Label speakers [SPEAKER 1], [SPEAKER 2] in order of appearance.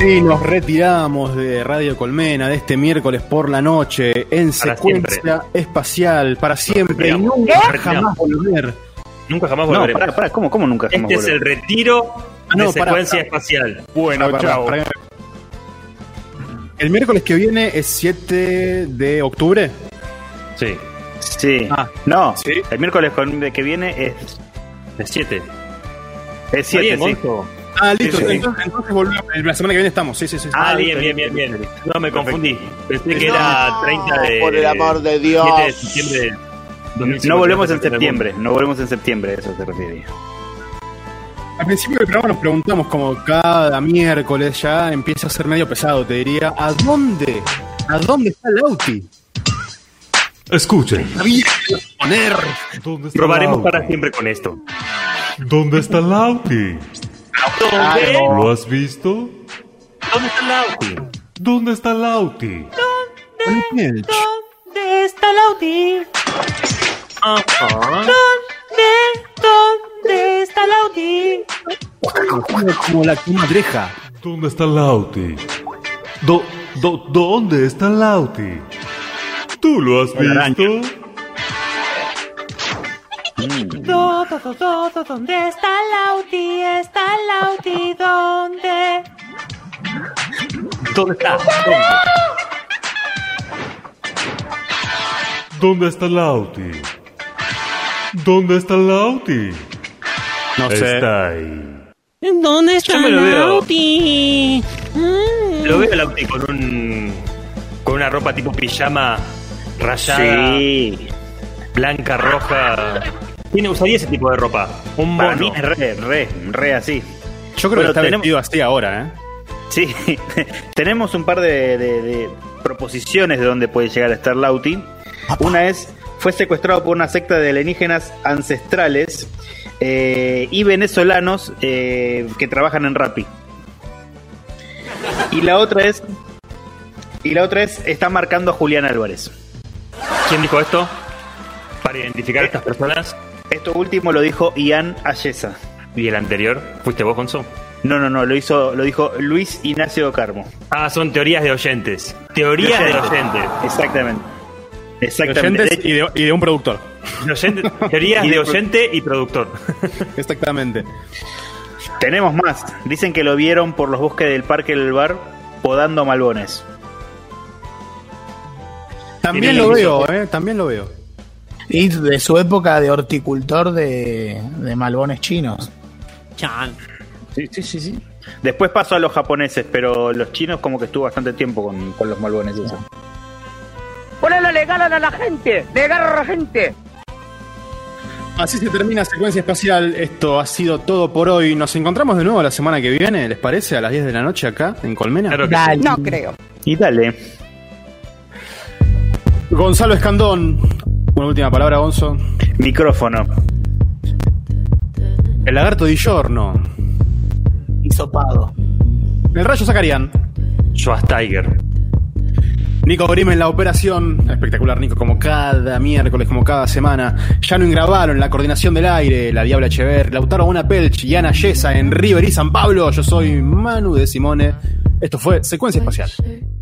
[SPEAKER 1] Y nos retiramos de Radio Colmena de este miércoles por la noche en
[SPEAKER 2] Para
[SPEAKER 1] secuencia espacial para siempre y
[SPEAKER 2] retiramos,
[SPEAKER 1] nunca
[SPEAKER 2] nos
[SPEAKER 1] jamás
[SPEAKER 2] retiramos.
[SPEAKER 1] volver.
[SPEAKER 2] Nunca jamás
[SPEAKER 3] No,
[SPEAKER 2] volveremos.
[SPEAKER 3] pará, pará, ¿cómo, cómo nunca jamás
[SPEAKER 2] este es el
[SPEAKER 3] volveremos?
[SPEAKER 2] retiro
[SPEAKER 1] Ah, no,
[SPEAKER 2] de
[SPEAKER 1] pará,
[SPEAKER 2] secuencia
[SPEAKER 1] pará.
[SPEAKER 2] espacial.
[SPEAKER 3] Ah,
[SPEAKER 4] Bueno,
[SPEAKER 1] Pará,
[SPEAKER 4] chao.
[SPEAKER 1] pará, pará. El miércoles que viene es 7 de octubre.
[SPEAKER 2] Sí.
[SPEAKER 3] Sí.
[SPEAKER 1] Ah.
[SPEAKER 3] no,
[SPEAKER 1] Sí.
[SPEAKER 3] el miércoles con- que viene es
[SPEAKER 2] El 7.
[SPEAKER 3] es 7. Sí.
[SPEAKER 1] Ah, listo.
[SPEAKER 4] Sí, sí.
[SPEAKER 1] Entonces, entonces volvemos. La semana que viene estamos. Sí, sí, sí.
[SPEAKER 2] Ah, bien, bien, bien, bien. No, me confundí. Pensé que
[SPEAKER 4] No,
[SPEAKER 2] era 30 de...
[SPEAKER 4] por el amor de Dios.
[SPEAKER 2] 7 de septiembre del 2050.
[SPEAKER 3] No volvemos en septiembre, no volvemos en septiembre, eso se refiere.
[SPEAKER 1] Al principio del programa nos preguntamos, como cada miércoles ya empieza a ser medio pesado, te diría, ¿a dónde? ¿A dónde está Lauti?
[SPEAKER 5] Escuchen.
[SPEAKER 1] Había que poner.
[SPEAKER 5] ¿Dónde está
[SPEAKER 2] Robaremos
[SPEAKER 5] Lauti?
[SPEAKER 2] para siempre con esto.
[SPEAKER 5] ¿Dónde está Lauti?
[SPEAKER 2] ¿Dónde?
[SPEAKER 5] ¿Lo has visto?
[SPEAKER 2] ¿Dónde está Lauti?
[SPEAKER 5] ¿Dónde está Lauti?
[SPEAKER 6] ¿Dónde está Lauti? ¿Dónde, dónde está Lauti?
[SPEAKER 1] Como la comadreja.
[SPEAKER 5] ¿Dónde está Lauti? Do- do- ¿Dónde está Lauti? ¿Tú lo has visto?
[SPEAKER 6] Do, do, do, do, do, ¿Dónde está Lauti? ¿Está Lauti? ¿Dónde?
[SPEAKER 2] ¿Dónde está? ¿Dónde?
[SPEAKER 5] ¿Dónde está Lauti? ¿Dónde está Lauti?
[SPEAKER 1] No sé.
[SPEAKER 5] Está ahí.
[SPEAKER 6] ¿Dónde está
[SPEAKER 2] me lo veo.
[SPEAKER 6] Lauti? Mm.
[SPEAKER 2] Lo veo a Lauti con un... Con una ropa tipo pijama rayada,
[SPEAKER 3] Sí.
[SPEAKER 2] blanca, roja. ¿Quién usaría ese tipo de ropa? Un
[SPEAKER 3] Para
[SPEAKER 2] mono.
[SPEAKER 3] mí es re, re, re así.
[SPEAKER 1] Yo creo que
[SPEAKER 3] Bueno,
[SPEAKER 1] está
[SPEAKER 3] tenemos-
[SPEAKER 1] vestido así ahora, ¿eh?
[SPEAKER 3] Sí, tenemos un par de, de- de proposiciones de dónde puede llegar a estar Lauti. Una es, fue secuestrado por una secta de alienígenas ancestrales eh, y venezolanos eh, que trabajan en Rappi. Y la otra es, y la otra es, está marcando a Julián Álvarez.
[SPEAKER 2] ¿Quién dijo esto? Para identificar a estas personas.
[SPEAKER 3] Esto último lo dijo Ian Ayesa.
[SPEAKER 2] ¿Y el anterior? ¿Fuiste vos, Gonzo?
[SPEAKER 3] No, no, no, lo hizo, lo dijo Luis Ignacio Carmo.
[SPEAKER 2] Ah, son teorías de oyentes. Teorías de oyentes.
[SPEAKER 3] Exactamente. Exactamente.
[SPEAKER 1] Oyentes y de, y de un productor.
[SPEAKER 2] De oyente- teorías
[SPEAKER 3] Y
[SPEAKER 2] de
[SPEAKER 3] de-
[SPEAKER 2] oyente y productor.
[SPEAKER 1] Exactamente.
[SPEAKER 3] Tenemos más. Dicen que lo vieron por los bosques del parque del bar podando malbones.
[SPEAKER 1] También lo veo, ¿eh? También lo veo.
[SPEAKER 7] Y de su época de horticultor de, de malbones chinos.
[SPEAKER 6] Chan.
[SPEAKER 3] Sí, sí, sí, sí. Después pasó a los japoneses, pero los chinos como que estuvo bastante tiempo con, con los malbones. Eso.
[SPEAKER 8] Ponelo legal a la gente, legal a la gente.
[SPEAKER 1] Así se termina secuencia espacial. Esto ha sido todo por hoy. Nos encontramos de nuevo la semana que viene, ¿les parece? A las 10 de la noche acá en Colmena.
[SPEAKER 2] Claro que sí.
[SPEAKER 7] Dale.
[SPEAKER 8] No creo.
[SPEAKER 3] Y dale.
[SPEAKER 1] Gonzalo Escandón. Una última palabra, Gonzo.
[SPEAKER 3] Micrófono.
[SPEAKER 1] El lagarto di Giorno.
[SPEAKER 7] Hisopado.
[SPEAKER 1] El rayo Zacarián.
[SPEAKER 2] Schwarzenegger.
[SPEAKER 1] Nico Grimm en la operación. Espectacular, Nico, como cada miércoles, como cada semana. Yano Ingravaron, la coordinación del aire, la Diabla Echever, Lautaro Buena Pelch y Ana Yesa en River y San Pablo. Yo soy Manu de Simone. Esto fue Secuencia Espacial.
[SPEAKER 9] Espacial.